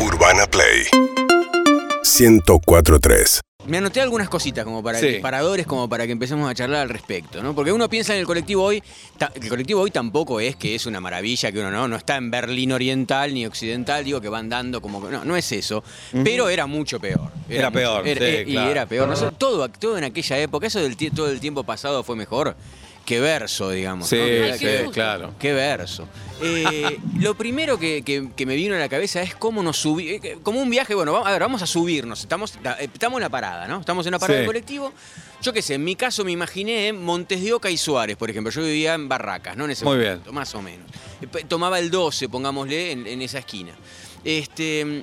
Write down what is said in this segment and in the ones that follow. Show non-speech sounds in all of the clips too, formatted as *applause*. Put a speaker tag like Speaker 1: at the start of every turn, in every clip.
Speaker 1: Urbana Play 104.3
Speaker 2: Me anoté algunas cositas como para
Speaker 3: Sí.
Speaker 2: disparadores, como para que empecemos a charlar al respecto, ¿no? Porque uno piensa en el colectivo hoy, ta- el colectivo hoy tampoco es que es una maravilla, que uno no, no está en Berlín Oriental ni Occidental, digo que van dando como... que- No, no es eso, pero era mucho peor.
Speaker 3: Era
Speaker 2: mucho-
Speaker 3: peor,
Speaker 2: era-
Speaker 3: sí,
Speaker 2: era- Y
Speaker 3: claro.
Speaker 2: era peor. No sé, todo, todo en aquella época, eso del tie- todo el tiempo pasado fue mejor que verso, digamos.
Speaker 3: Sí,
Speaker 2: ¿no? Que-
Speaker 3: sí,
Speaker 2: que-
Speaker 3: claro.
Speaker 2: Qué verso. Eh, lo primero que, que- que me vino a la cabeza es cómo nos subimos. Como un viaje, bueno, va- a ver, vamos a subirnos. Estamos, ta- eh, estamos en la parada, ¿no? Estamos en la parada
Speaker 3: Sí.
Speaker 2: del colectivo. Yo qué sé, en mi caso me imaginé en Montes de Oca y Suárez, por ejemplo. Yo vivía en Barracas, ¿no? En ese
Speaker 3: Muy bien.
Speaker 2: momento, más o menos. Eh, pe- Tomaba el 12, pongámosle, en, en esa esquina. Este.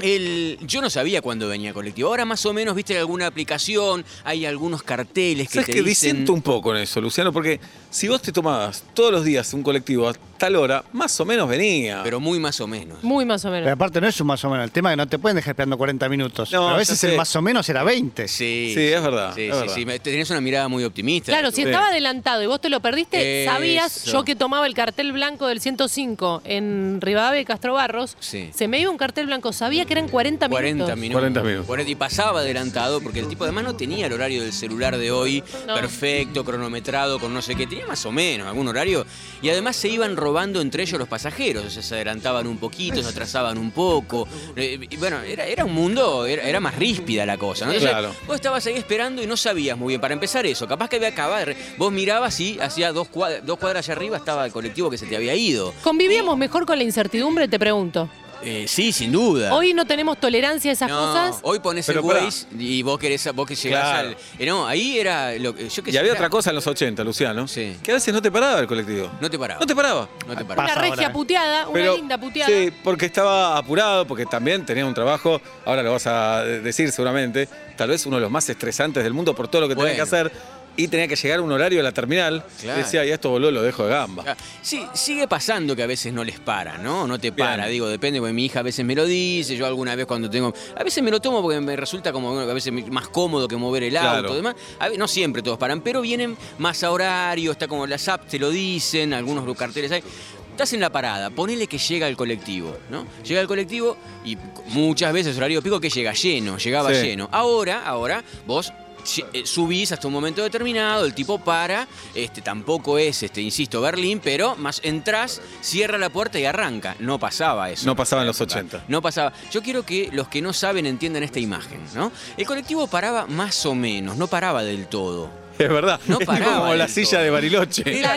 Speaker 2: el- yo no sabía cuándo venía el colectivo. Ahora más o menos, viste, alguna aplicación, hay algunos carteles que
Speaker 3: ¿Sabes
Speaker 2: te
Speaker 3: que
Speaker 2: dicen...
Speaker 3: disiento un poco en eso, Luciano? Porque si vos te tomabas todos los días un colectivo a tal hora, más o menos venía.
Speaker 2: Pero muy más o menos.
Speaker 4: Muy más o
Speaker 5: Pero
Speaker 4: menos.
Speaker 5: aparte no es un más o menos, el tema es que no te pueden dejar esperando 40 minutos.
Speaker 3: No,
Speaker 5: Pero a
Speaker 3: ya
Speaker 5: veces el
Speaker 3: sé.
Speaker 5: más o menos era 20.
Speaker 2: Eh, Sí,
Speaker 3: Sí, es verdad,
Speaker 2: Sí,
Speaker 3: es
Speaker 2: sí,
Speaker 3: verdad.
Speaker 2: sí. Me- Tenés una mirada muy optimista.
Speaker 4: Claro,
Speaker 2: Tú.
Speaker 4: si estaba adelantado y vos te lo perdiste,
Speaker 2: Eso.
Speaker 4: sabías, yo que tomaba el cartel blanco del 105 en Rivadavia y Castro Barros,
Speaker 2: Sí. Mm,
Speaker 4: se me iba un cartel blanco, sabía que eran 40 minutos.
Speaker 2: 40 minutos.
Speaker 3: 40 minutos.
Speaker 2: 40 y pasaba adelantado porque el tipo además no tenía el horario del celular de hoy
Speaker 4: No.
Speaker 2: perfecto, cronometrado, con no sé qué. Tenía más o menos algún horario. Y además se iban robando entre ellos los pasajeros. O sea, se adelantaban un poquito, se atrasaban un poco. Eh, y bueno, era, era un mundo, era, era más ríspida la cosa. ¿no? Entonces,
Speaker 3: Claro.
Speaker 2: Vos estabas ahí esperando y no sabías muy bien. Para empezar eso, capaz que había acabar. Vos mirabas y hacía dos cuadras, dos cuadras allá arriba estaba el colectivo que se te había ido.
Speaker 4: ¿Convivíamos mejor con la incertidumbre, te pregunto?
Speaker 2: Eh, sí, sin duda.
Speaker 4: Hoy no tenemos tolerancia a esas
Speaker 2: No,
Speaker 4: cosas.
Speaker 2: Hoy pones el
Speaker 3: Pero pará.
Speaker 2: Waze y vos querés, vos que llegás
Speaker 3: Claro.
Speaker 2: al. eh, no, ahí era lo que. Yo qué
Speaker 3: y
Speaker 2: sé,
Speaker 3: había
Speaker 2: era-
Speaker 3: otra cosa en los 80, Luciano,
Speaker 2: Sí.
Speaker 3: que a veces no te paraba el colectivo.
Speaker 2: No te paraba.
Speaker 3: No te paraba.
Speaker 2: No te paraba.
Speaker 4: Una
Speaker 5: Pasa
Speaker 4: regia
Speaker 5: ahora, ¿eh?
Speaker 4: puteada, una
Speaker 3: Pero-
Speaker 4: linda puteada.
Speaker 3: Sí, porque estaba apurado, porque también tenía un trabajo, ahora lo vas a decir seguramente, tal vez uno de los más estresantes del mundo por todo lo que tenía que
Speaker 2: Bueno.
Speaker 3: hacer, y tenía que llegar a un horario a la terminal,
Speaker 2: Claro.
Speaker 3: y decía, y esto voló, lo dejo de gamba.
Speaker 2: Ah, Sí, sigue pasando que a veces no les para, ¿no? No te
Speaker 3: Bien.
Speaker 2: para, digo, depende, porque mi hija a veces me lo dice, yo alguna vez cuando tengo... A veces me lo tomo porque me resulta como bueno, a veces más cómodo que mover el
Speaker 3: Claro.
Speaker 2: auto, demás. A ve- no siempre todos paran, pero vienen más a horario, está como las apps, te lo dicen, algunos carteles hay. Estás en la parada, ponele que llega el colectivo, ¿no? Llega el colectivo y muchas veces horario pico que llega lleno, llegaba
Speaker 3: Sí.
Speaker 2: lleno. Ahora, ahora, vos lle- eh, subís hasta un momento determinado, el tipo para, este tampoco es, este, insisto, Berlín, pero más entras, cierra la puerta y arranca. No pasaba eso.
Speaker 3: No pasaba en los 80.
Speaker 2: No pasaba. Yo quiero que los que no saben entiendan esta imagen, ¿no? El colectivo paraba más o menos, no paraba del todo.
Speaker 3: Es verdad.
Speaker 2: No
Speaker 3: es
Speaker 2: paraba
Speaker 3: como la
Speaker 2: del
Speaker 3: silla
Speaker 2: todo.
Speaker 3: de Bariloche.
Speaker 2: Era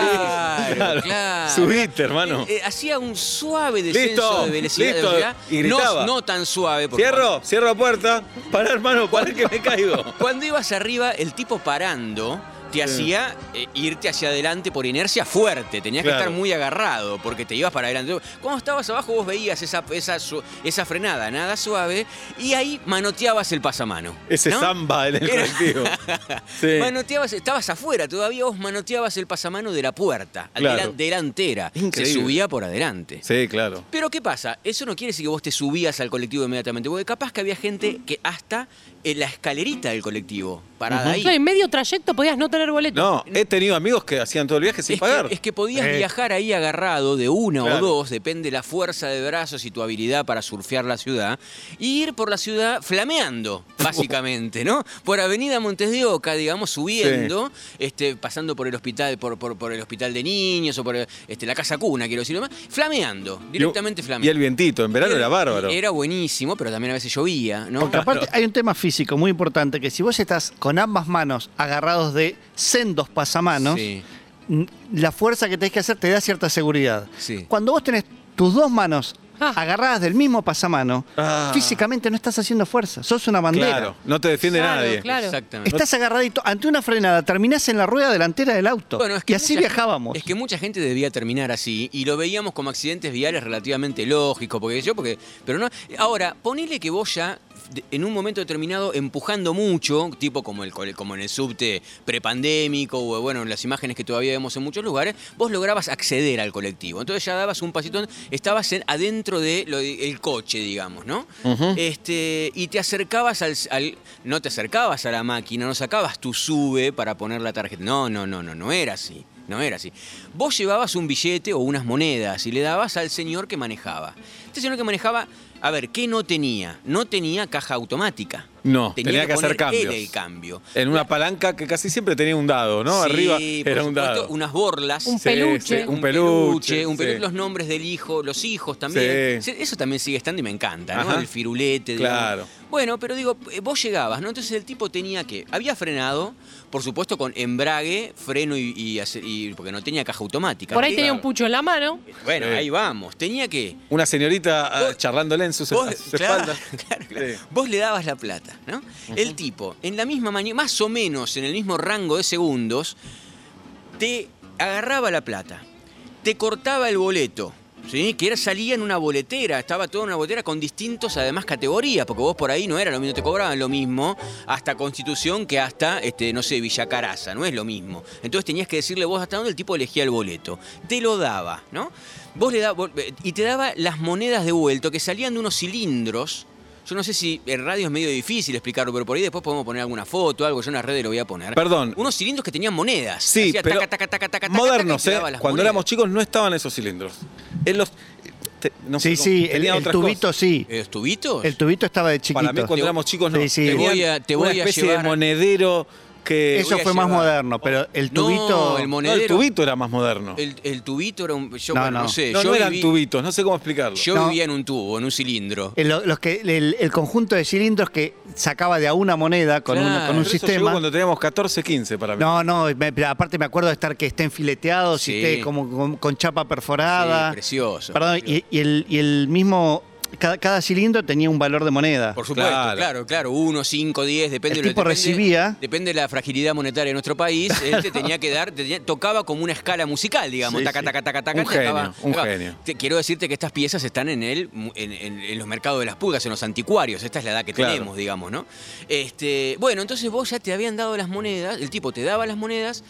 Speaker 2: claro, claro,
Speaker 3: Eh. Subiste, hermano.
Speaker 2: Eh, eh, hacía un suave descenso
Speaker 3: Listo,
Speaker 2: de velocidad.
Speaker 3: listo,
Speaker 2: de velocidad.
Speaker 3: y
Speaker 2: no,
Speaker 3: gritaba.
Speaker 2: no tan suave. porque
Speaker 3: Cierro, cierro la puerta. Pará, hermano, pará que me caigo.
Speaker 2: Cuando ibas arriba, el tipo parando te hacía eh, irte hacia adelante por inercia fuerte. Tenías que
Speaker 3: Claro.
Speaker 2: estar muy agarrado porque te ibas para adelante. Cuando estabas abajo, vos veías esa, esa, su- esa frenada, nada suave, y ahí manoteabas el pasamano.
Speaker 3: Ese
Speaker 2: ¿no?
Speaker 3: samba en el
Speaker 2: Era-
Speaker 3: colectivo. Sí.
Speaker 2: Manoteabas, estabas afuera, todavía vos manoteabas el pasamano de la puerta, al
Speaker 3: Claro.
Speaker 2: delan- delantera.
Speaker 3: Increíble.
Speaker 2: Se subía por adelante.
Speaker 3: Sí, claro.
Speaker 2: Pero ¿qué pasa? Eso no quiere decir que vos te subías al colectivo inmediatamente, porque capaz que había gente que hasta en la escalerita del colectivo, parada ahí.
Speaker 4: Yo en medio trayecto podías no tener boleto.
Speaker 3: No, he tenido amigos que hacían todo el viaje sin
Speaker 2: es
Speaker 3: pagar.
Speaker 2: Que, es que podías
Speaker 5: Eh.
Speaker 2: viajar ahí agarrado de una
Speaker 3: Claro.
Speaker 2: o dos, depende la fuerza de brazos y tu habilidad para surfear la ciudad, y ir por la ciudad
Speaker 3: *laughs*
Speaker 2: flameando, básicamente, ¿no? Por Avenida Montes de Oca, digamos, subiendo, este, pasando por el hospital, por, por, por el hospital de niños o por este, la casa cuna, quiero decirlo más, flameando,
Speaker 3: Y-
Speaker 2: directamente
Speaker 3: Y
Speaker 2: flameando.
Speaker 3: el vientito, en verano era bárbaro.
Speaker 2: Era buenísimo, pero también a veces llovía, ¿no?
Speaker 5: Porque aparte hay un tema físico muy importante, que si vos estás con ambas manos agarrados de sendos
Speaker 3: Ah,
Speaker 5: pasamanos,
Speaker 2: Sí.
Speaker 5: n- la fuerza que tenés que hacer te da cierta seguridad.
Speaker 2: Sí.
Speaker 5: Cuando vos tenés tus dos manos
Speaker 4: Ah.
Speaker 5: agarradas del mismo pasamano,
Speaker 3: Ah.
Speaker 5: físicamente no estás haciendo fuerza, sos una bandera.
Speaker 3: Claro, no te defiende
Speaker 4: Claro,
Speaker 3: nadie.
Speaker 4: claro.
Speaker 2: Exactamente.
Speaker 5: Estás agarradito ante una frenada, terminás en la rueda delantera del auto.
Speaker 2: Bueno, es que
Speaker 5: y así
Speaker 2: mucha-
Speaker 5: viajábamos.
Speaker 2: Es que mucha gente debía terminar así y lo veíamos como accidentes viales relativamente lógicos, porque yo, porque, pero no. Ahora, ponele que vos ya de- en un momento determinado empujando mucho, tipo como el cole- como en el subte prepandémico o bueno, en las imágenes que todavía vemos en muchos lugares, vos lograbas acceder al colectivo. Entonces ya dabas un pasito, estabas en- adentro del coche, digamos, ¿no? Este, y te acercabas al, al- no te acercabas a la máquina, no sacabas tu sube para poner la tarjeta. No, no, no, no, no era así. no era así. Vos llevabas un billete o unas monedas y le dabas al señor que manejaba. Este señor que manejaba, a ver, ¿qué no tenía? No tenía caja automática.
Speaker 3: No, tenía que
Speaker 2: poner
Speaker 3: hacer
Speaker 2: él
Speaker 3: cambios.
Speaker 2: el cambio.
Speaker 3: En una palanca que casi siempre tenía un dado, ¿no?
Speaker 2: Sí,
Speaker 3: Arriba
Speaker 2: por
Speaker 3: era un
Speaker 2: supuesto,
Speaker 3: dado.
Speaker 2: Unas borlas.
Speaker 4: Un peluche.
Speaker 3: un peluche.
Speaker 2: un peluche,
Speaker 3: sí.
Speaker 2: los nombres del hijo, los hijos también.
Speaker 3: Sí.
Speaker 2: Eso también sigue estando y me encanta, ¿no?
Speaker 3: Ajá.
Speaker 2: El firulete. digamos.
Speaker 3: Claro.
Speaker 2: Bueno, pero digo, eh, vos llegabas, ¿no? Entonces el tipo tenía que, había frenado, por supuesto con embrague, freno y, y hace- y- porque no tenía caja automática.
Speaker 4: Por ahí
Speaker 2: ¿Qué?
Speaker 4: tenía un pucho en la mano.
Speaker 2: Bueno,
Speaker 3: Sí.
Speaker 2: ahí vamos. Tenía que
Speaker 3: Una señorita ah, charlándole en sus,
Speaker 2: vos,
Speaker 3: a sus
Speaker 2: claro,
Speaker 3: espaldas.
Speaker 2: claro, *laughs* claro.
Speaker 3: Sí.
Speaker 2: Vos le dabas la plata, ¿no? El tipo, en la misma mañana, más o menos en el mismo rango de segundos, te agarraba la plata, te cortaba el boleto. ¿Sí? que era, salía en una boletera, estaba toda una boletera con distintos, además, categorías, porque vos por ahí no era lo mismo, te cobraban lo mismo hasta Constitución que hasta, este, no sé, Villacaraza, no es lo mismo. Entonces tenías que decirle vos hasta dónde el tipo elegía el boleto. Te lo daba, ¿no? Vos le dabas, y te daba las monedas de vuelto que salían de unos cilindros, yo no sé si en radio es medio difícil explicarlo, pero por ahí después podemos poner alguna foto, algo. Yo en las redes lo voy a poner.
Speaker 3: Perdón.
Speaker 2: Unos cilindros que tenían monedas.
Speaker 3: Sí,
Speaker 2: Hacía
Speaker 3: pero
Speaker 2: taca, taca, taca, taca, taca, taca,
Speaker 3: modernos,
Speaker 2: y te
Speaker 3: ¿eh?
Speaker 2: daba las
Speaker 3: Cuando
Speaker 2: monedas.
Speaker 3: éramos chicos no estaban esos cilindros. En los... te- no sé
Speaker 5: Sí,
Speaker 3: cómo-
Speaker 5: sí, el,
Speaker 3: tenía
Speaker 5: el
Speaker 3: otras
Speaker 5: tubito
Speaker 3: cosas.
Speaker 5: sí.
Speaker 2: ¿Eh, ¿Los tubitos?
Speaker 5: El tubito estaba de chiquito.
Speaker 3: Para mí cuando
Speaker 2: Te-
Speaker 3: éramos chicos no.
Speaker 5: Sí, sí. Te
Speaker 3: Tenían
Speaker 2: voy a- te voy
Speaker 3: una
Speaker 2: a
Speaker 3: especie
Speaker 2: llevar-
Speaker 3: de monedero que...
Speaker 5: Eso
Speaker 2: voy a
Speaker 5: fue más
Speaker 2: llevar-
Speaker 5: moderno, pero el
Speaker 2: No,
Speaker 5: tubito...
Speaker 2: el
Speaker 3: No, el
Speaker 2: monedero.
Speaker 3: tubito era más moderno.
Speaker 2: el, el tubito era un. Yo
Speaker 5: No,
Speaker 2: bueno, no,
Speaker 5: no.
Speaker 2: sé.
Speaker 3: no,
Speaker 2: yo
Speaker 3: no eran
Speaker 2: viví-
Speaker 3: tubitos, no sé cómo explicarlo.
Speaker 2: Yo
Speaker 5: No.
Speaker 2: vivía en un tubo, en un cilindro.
Speaker 5: el- eh, los que, el, el conjunto de cilindros que sacaba de a una moneda con,
Speaker 2: Claro.
Speaker 5: una- con
Speaker 2: Pero
Speaker 5: un
Speaker 3: Pero eso llegó
Speaker 5: sistema.
Speaker 3: cuando teníamos 14, 15 para mí.
Speaker 5: No, no, me- pero aparte me acuerdo de estar que estén fileteados
Speaker 2: Sí.
Speaker 5: y esté como con, con chapa
Speaker 2: Sí,
Speaker 5: perforada.
Speaker 2: precioso.
Speaker 5: Perdón, y, y el, y el mismo, cada, cada cilindro tenía un valor de moneda.
Speaker 2: Por supuesto,
Speaker 3: Claro.
Speaker 2: claro, claro, Uno, cinco, diez, depende
Speaker 5: El
Speaker 2: de lo-
Speaker 5: tipo
Speaker 2: depende-
Speaker 5: recibía-
Speaker 2: Depende de la fragilidad monetaria de nuestro
Speaker 3: *laughs*
Speaker 2: país. Él te tenía que dar, te tenía- tocaba como una escala musical, digamos.
Speaker 5: Sí,
Speaker 2: taca,
Speaker 5: sí.
Speaker 2: taca, taca, taca,
Speaker 3: Un
Speaker 2: te daba-
Speaker 3: genio, un
Speaker 2: te daba-
Speaker 3: genio.
Speaker 2: Te- quiero decirte que estas piezas están en el, en, en- en los mercados de las pulgas, en los anticuarios. Esta es la edad que
Speaker 3: Claro.
Speaker 2: tenemos, digamos, ¿no? Este, bueno, entonces vos ya te habían dado las monedas, el tipo te daba las monedas.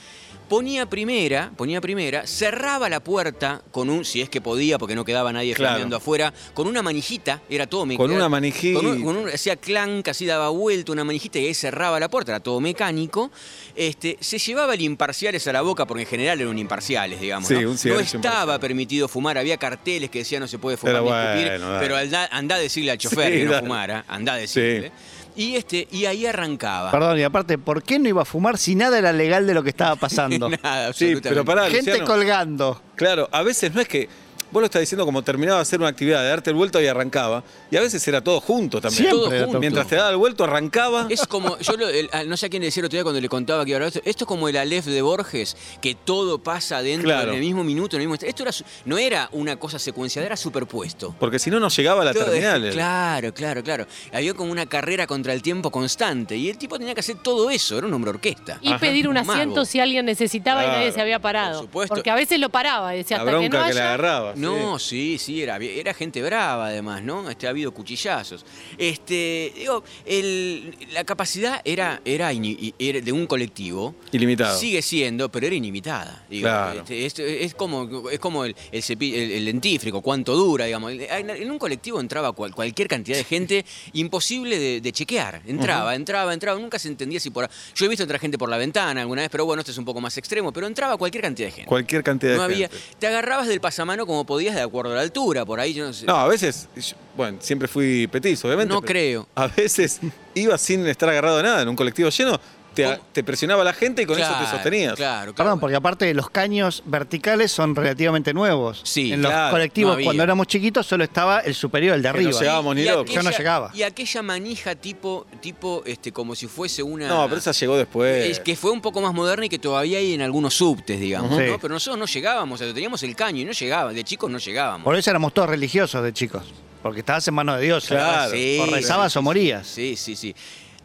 Speaker 2: Ponía primera, ponía primera, cerraba la puerta con un, si es que podía, porque no quedaba nadie
Speaker 3: Claro.
Speaker 2: flameando afuera, con una manijita, era todo me-
Speaker 3: Con
Speaker 2: era-
Speaker 3: una manijita.
Speaker 2: con un- con un- hacía clanca, así daba vuelta una manijita y ahí cerraba la puerta, era todo mecánico. Este, se llevaba el imparciales a la boca, porque en general eran un imparciales, digamos.
Speaker 3: Sí,
Speaker 2: ¿no?
Speaker 3: un cigarrillo
Speaker 2: No estaba
Speaker 3: imparciales.
Speaker 2: permitido fumar, había carteles que decían no se puede fumar
Speaker 3: Pero
Speaker 2: ni
Speaker 3: bueno,
Speaker 2: escupir",
Speaker 3: dale.
Speaker 2: pero andá, andá a decirle al chofer
Speaker 3: Sí,
Speaker 2: que no
Speaker 3: dale.
Speaker 2: fumara, andá a decirle. Y, este, y ahí arrancaba.
Speaker 5: Perdón, y aparte, ¿por qué no iba a fumar si nada era legal de lo que estaba
Speaker 2: *laughs*
Speaker 5: pasando?
Speaker 2: *laughs* Nada,
Speaker 3: Sí,
Speaker 2: absolutamente.
Speaker 3: pero pará,
Speaker 5: Gente
Speaker 3: Luciano.
Speaker 5: colgando.
Speaker 3: Claro, a veces no es que. Vos lo estás diciendo como terminaba de hacer una actividad, de darte el vuelto y arrancaba. Y a veces era todo junto también.
Speaker 5: Siempre
Speaker 2: Todo
Speaker 5: era
Speaker 2: junto.
Speaker 5: todo
Speaker 3: Mientras te daba el vuelto, arrancaba.
Speaker 2: Es como, yo lo- el- no sé a quién le decía el otro día cuando le contaba que iba a hablar de esto, esto es como el Aleph de Borges, que todo pasa dentro
Speaker 3: Claro.
Speaker 2: en el mismo minuto, en el mismo instante. Esto era, su- no era una cosa secuenciada, era superpuesto.
Speaker 3: Porque si no, no llegaba a la
Speaker 2: Todo
Speaker 3: terminal.
Speaker 2: esto, claro, claro, claro. Había como una carrera contra el tiempo constante y el tipo tenía que hacer todo eso, era un hombre orquesta.
Speaker 4: Y pedir un
Speaker 2: Un mago.
Speaker 4: asiento si alguien necesitaba y
Speaker 3: Claro,
Speaker 4: nadie se había parado.
Speaker 2: por supuesto.
Speaker 4: Porque a veces lo paraba y decía,
Speaker 3: La
Speaker 4: hasta que no
Speaker 3: bronca que, le
Speaker 4: haya...
Speaker 3: agarraba. Ah, sí.
Speaker 2: No, sí, sí, era, era gente brava además, ¿no? Este, ha habido cuchillazos. Este, digo, el- la capacidad era, era, ini- i- era de un colectivo.
Speaker 3: Ilimitado.
Speaker 2: Sigue siendo, pero era inimitada. digo.
Speaker 3: Claro.
Speaker 2: Este, es, es como, es como el, el, cepi- el- el dentífrico, cuánto dura, digamos. En en un colectivo entraba cual- cualquier cantidad de gente imposible de, de chequear. Entraba, entraba, entraba. Nunca se entendía si por... Yo he visto entrar gente por la ventana alguna vez, pero bueno, este es un poco más extremo. Pero entraba cualquier cantidad de gente.
Speaker 3: Cualquier cantidad
Speaker 2: No
Speaker 3: de
Speaker 2: había.
Speaker 3: gente.
Speaker 2: Te agarrabas del pasamano como podías de acuerdo a la altura, por ahí yo no sé.
Speaker 3: No, a veces. yo- Bueno, siempre fui petizo, obviamente.
Speaker 2: No
Speaker 3: pero
Speaker 2: creo.
Speaker 3: A veces iba sin estar agarrado a nada en un colectivo lleno. Te,
Speaker 2: ¿Cómo?
Speaker 3: te presionaba la gente y con eso te
Speaker 2: Claro,
Speaker 3: sostenías.
Speaker 2: Claro, claro.
Speaker 5: Perdón, porque aparte los caños verticales son relativamente nuevos.
Speaker 2: Sí,
Speaker 5: en los
Speaker 3: claro,
Speaker 2: no
Speaker 5: colectivos,
Speaker 2: había.
Speaker 5: cuando éramos chiquitos, solo estaba el superior, el de
Speaker 3: Que no
Speaker 5: arriba.
Speaker 3: llegábamos ni locos.
Speaker 5: Yo no llegaba.
Speaker 2: Y aquella manija tipo, tipo, este, como si fuese una.
Speaker 3: No, pero esa llegó después.
Speaker 2: Es que fue un poco más moderna y que todavía hay en algunos subtes, digamos,
Speaker 5: Ujú. Sí.
Speaker 2: ¿no? Pero nosotros no llegábamos, o sea, teníamos el caño y no llegábamos, de chicos no llegábamos.
Speaker 5: Por eso éramos todos religiosos de chicos. Porque estabas en manos de Dios. ¿eh?
Speaker 3: Claro.
Speaker 5: O rezabas o morías.
Speaker 2: Sí, sí, sí.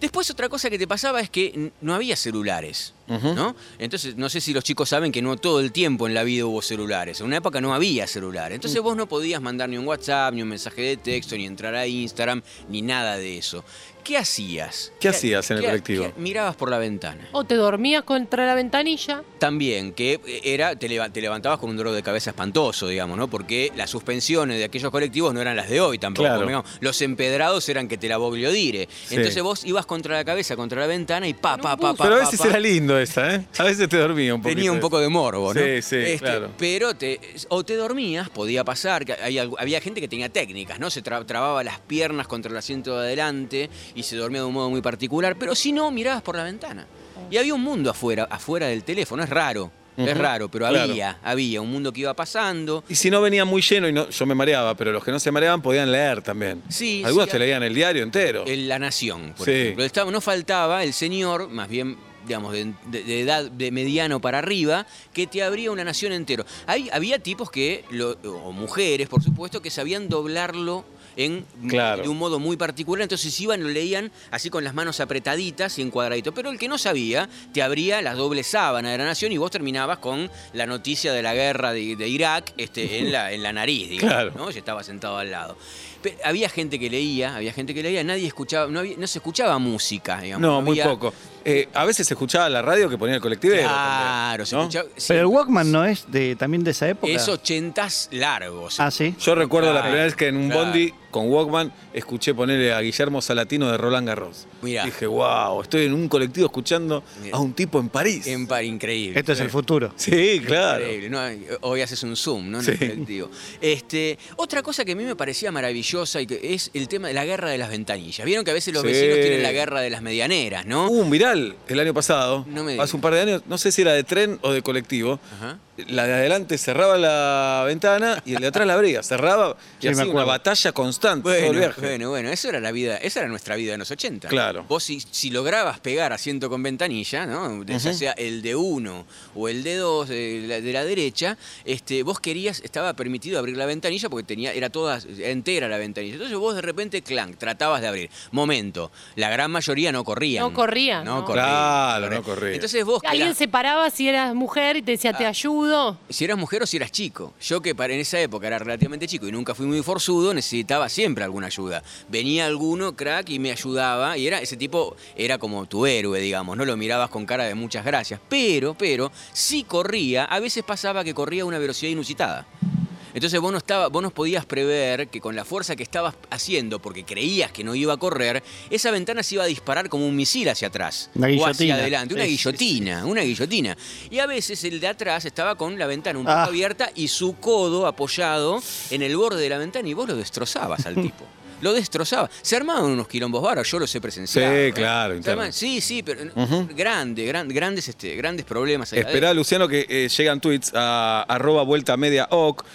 Speaker 2: Después otra cosa que te pasaba es que n- no había celulares,
Speaker 3: Ujú.
Speaker 2: ¿no? Entonces, no sé si los chicos saben que no todo el tiempo en la vida hubo celulares. En una época no había celular. Entonces
Speaker 3: Mm.
Speaker 2: vos no podías mandar ni un WhatsApp, ni un mensaje de texto, ni entrar a Instagram, ni nada de eso. ¿Qué hacías?
Speaker 3: ¿Qué hacías en el colectivo?
Speaker 2: qué- mirabas por la ventana.
Speaker 4: O te dormías contra la ventanilla.
Speaker 2: También, que era, te, leva- te levantabas con un dolor de cabeza espantoso, digamos, ¿no? Porque las suspensiones de aquellos colectivos no eran las de hoy tampoco.
Speaker 3: Claro.
Speaker 2: digamos. Los empedrados eran que te la bogliodire.
Speaker 3: Sí.
Speaker 2: Entonces vos ibas contra la cabeza, contra la ventana y pa,
Speaker 4: En
Speaker 2: pa,
Speaker 4: un
Speaker 2: pa,
Speaker 4: bus.
Speaker 2: pa.
Speaker 3: Pero a
Speaker 2: pa,
Speaker 3: veces
Speaker 2: pa.
Speaker 3: era lindo haciendo esta, ¿eh? A veces te dormía un poco.
Speaker 2: Tenía un poco de morbo, ¿no? Este,
Speaker 3: Sí, sí, claro.
Speaker 2: Pero te, o te dormías, podía pasar, que hay algu- había gente que tenía técnicas, ¿no? Se tra- trababa las piernas contra el asiento de adelante y se dormía de un modo muy particular, pero si no, mirabas por la ventana. Y había un mundo afuera, afuera del teléfono, es raro, es
Speaker 3: Ujú,
Speaker 2: raro, pero
Speaker 3: claro.
Speaker 2: había, había un mundo que iba pasando.
Speaker 3: Y si no venía muy lleno, y no, yo me mareaba, pero los que no se mareaban podían leer también.
Speaker 2: Sí,
Speaker 3: Algunos
Speaker 2: sí,
Speaker 3: te
Speaker 2: a-
Speaker 3: leían el diario entero.
Speaker 2: El La Nación, por
Speaker 3: Sí.
Speaker 2: ejemplo. Estaba- no faltaba el señor, más bien, digamos, de, de- de edad de mediano para arriba, que te abría una nación entero. Hay, había tipos que, lo- o mujeres, por supuesto, que sabían doblarlo en,
Speaker 3: Claro.
Speaker 2: de un modo muy particular. Entonces iban, lo leían así con las manos apretaditas y en cuadradito. Pero el que no sabía, te abría la doble sábana de la nación y vos terminabas con la noticia de la guerra de, de Irak este, en, la, en la nariz, digamos,
Speaker 3: Claro.
Speaker 2: ¿no? Yo estaba sentado al lado. Pe- había gente que leía, había gente que leía, nadie escuchaba, no, había- no se escuchaba música, digamos.
Speaker 3: no, muy
Speaker 2: había-
Speaker 3: poco. Eh, a veces se escuchaba la radio que ponía el colectivero.
Speaker 2: Claro,
Speaker 3: también,
Speaker 2: se
Speaker 3: ¿no?
Speaker 2: escuchaba.
Speaker 5: Pero el
Speaker 2: sí,
Speaker 5: Walkman no es de, también de esa época.
Speaker 2: Es ochentas largos.
Speaker 5: Ah, sí.
Speaker 3: Yo recuerdo la
Speaker 2: Claro,
Speaker 3: primera vez que en un
Speaker 2: claro.
Speaker 3: bondi con Walkman escuché ponerle a Guillermo Salatino de Roland Garros.
Speaker 2: Mirá.
Speaker 3: Dije, wow, estoy en un colectivo escuchando
Speaker 2: Mirá.
Speaker 3: a un tipo en París.
Speaker 2: En par increíble.
Speaker 5: Esto es el futuro.
Speaker 3: Sí, claro.
Speaker 2: Increíble, ¿no? Hoy haces un zoom, ¿no? En
Speaker 3: Sí.
Speaker 2: el colectivo. Este, otra cosa que a mí me parecía maravillosa y que es el tema de la guerra de las ventanillas. Vieron que a veces los
Speaker 3: Sí.
Speaker 2: vecinos tienen la guerra de las medianeras, ¿no?
Speaker 3: Hubo un viral el año pasado,
Speaker 2: No me digas.
Speaker 3: hace un par de años, no sé si era de tren o de colectivo.
Speaker 2: Ajá.
Speaker 3: La de adelante cerraba la ventana y el de atrás la abría, cerraba y
Speaker 5: Sí, me
Speaker 3: hacía una
Speaker 5: acuerdo.
Speaker 3: batalla constante todo el
Speaker 2: Bueno,
Speaker 3: viaje.
Speaker 2: bueno, bueno, eso era la vida, esa era nuestra vida en los 80.
Speaker 3: Claro.
Speaker 2: Vos si, si lograbas pegar asiento con ventanilla, ¿no? De- Ya sea el de uno o el de dos de la, de la derecha, este, vos querías, estaba permitido abrir la ventanilla porque tenía, era toda era entera la ventanilla. Entonces vos de repente, clank, tratabas de abrir. Momento, la gran mayoría no corrían.
Speaker 4: No corrían,
Speaker 2: No,
Speaker 4: no.
Speaker 2: corrían.
Speaker 3: Claro, no corrían.
Speaker 2: Entonces vos que
Speaker 4: Alguien
Speaker 2: eras-
Speaker 4: se paraba si eras mujer y te decía,
Speaker 3: Ah.
Speaker 4: te ayudo.
Speaker 2: si eras mujer o si eras chico. Yo que para en esa época era relativamente chico y nunca fui muy forzudo, necesitaba siempre alguna ayuda. Venía alguno crack y me ayudaba y era ese tipo era como tu héroe, digamos, no lo mirabas con cara de muchas gracias, pero pero si corría, a veces pasaba que corría a una velocidad inusitada. Entonces vos no, estaba, vos no podías prever que con la fuerza que estabas haciendo, porque creías que no iba a correr, esa ventana se iba a disparar como un misil hacia atrás.
Speaker 5: Una
Speaker 2: O hacia
Speaker 5: guillotina.
Speaker 2: adelante, una
Speaker 5: Sí, sí,
Speaker 2: guillotina, una guillotina. Y a veces el de atrás estaba con la ventana un poco
Speaker 5: Ah.
Speaker 2: abierta y su codo apoyado en el borde de la ventana y vos lo destrozabas
Speaker 3: *laughs*
Speaker 2: al tipo. Lo destrozabas. Se armaban unos quilombos varos, yo los he presenciado.
Speaker 3: Sí,
Speaker 2: ¿eh?
Speaker 3: claro,
Speaker 2: Se armaban-
Speaker 3: interno.
Speaker 2: Sí, sí, pero
Speaker 3: Ujú.
Speaker 2: grande, gran- grandes, este, grandes problemas. ahí
Speaker 3: Esperá, Luciano, que eh, llegan tweets a arroba vuelta media oc.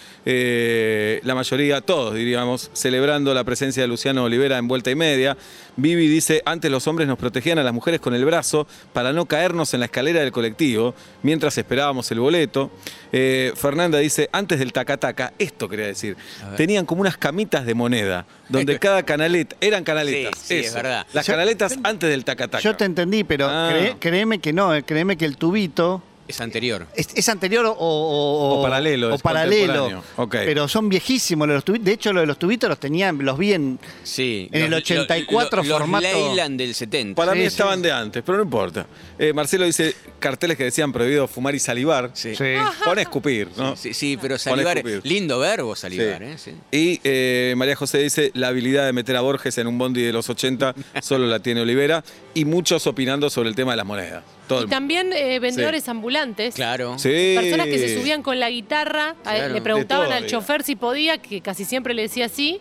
Speaker 3: eh, la mayoría, todos diríamos, celebrando la presencia de Luciano Olivera en vuelta y media. Vivi dice: Antes los hombres nos protegían a las mujeres con el brazo para no caernos en la escalera del colectivo mientras esperábamos el boleto. Eh, Fernanda dice: Antes del tacataca, esto quería decir, tenían como unas camitas de moneda
Speaker 2: *laughs*
Speaker 3: donde cada canaleta, eran canaletas.
Speaker 2: Sí, sí, es
Speaker 3: eso.
Speaker 2: verdad.
Speaker 3: Las
Speaker 5: Yo-
Speaker 3: canaletas antes del tacataca.
Speaker 5: Yo te entendí, pero
Speaker 3: Ah.
Speaker 5: cree- créeme que no, eh, créeme que el tubito
Speaker 2: Es anterior.
Speaker 5: es, es anterior o, o-
Speaker 3: O paralelo,
Speaker 5: o
Speaker 3: es
Speaker 5: paralelo.
Speaker 3: contemporáneo. Ok.
Speaker 5: Pero son viejísimos los tubitos. De hecho, lo de los tubitos los tenían, los vi en.
Speaker 2: Sí.
Speaker 5: En el 84
Speaker 2: los
Speaker 5: formato-
Speaker 2: Leyland del 70.
Speaker 3: Para
Speaker 5: Sí,
Speaker 3: mí
Speaker 5: sí.
Speaker 3: estaban de antes, pero no importa. Eh, Marcelo dice carteles que decían prohibido fumar y salivar.
Speaker 2: Sí.
Speaker 5: Sí.
Speaker 3: Pone escupir, ¿no?
Speaker 2: Sí, sí, pero
Speaker 3: Para
Speaker 2: salivar,
Speaker 3: escupir.
Speaker 2: lindo verbo salivar,
Speaker 3: Sí.
Speaker 2: ¿eh? Sí.
Speaker 3: Y eh, María José dice, la habilidad de meter a Borges en un bondi de los 80 solo la tiene Olivera. Y muchos opinando sobre el tema de las monedas. Todo
Speaker 4: Y
Speaker 3: el mundo.
Speaker 4: también eh, vendedores ambulantes.
Speaker 2: Claro.
Speaker 3: Sí.
Speaker 4: Personas que se subían con la guitarra, a-
Speaker 2: Claro,
Speaker 4: le preguntaban
Speaker 3: de todo
Speaker 4: al
Speaker 3: había.
Speaker 4: chofer si podía, que casi siempre le decía sí,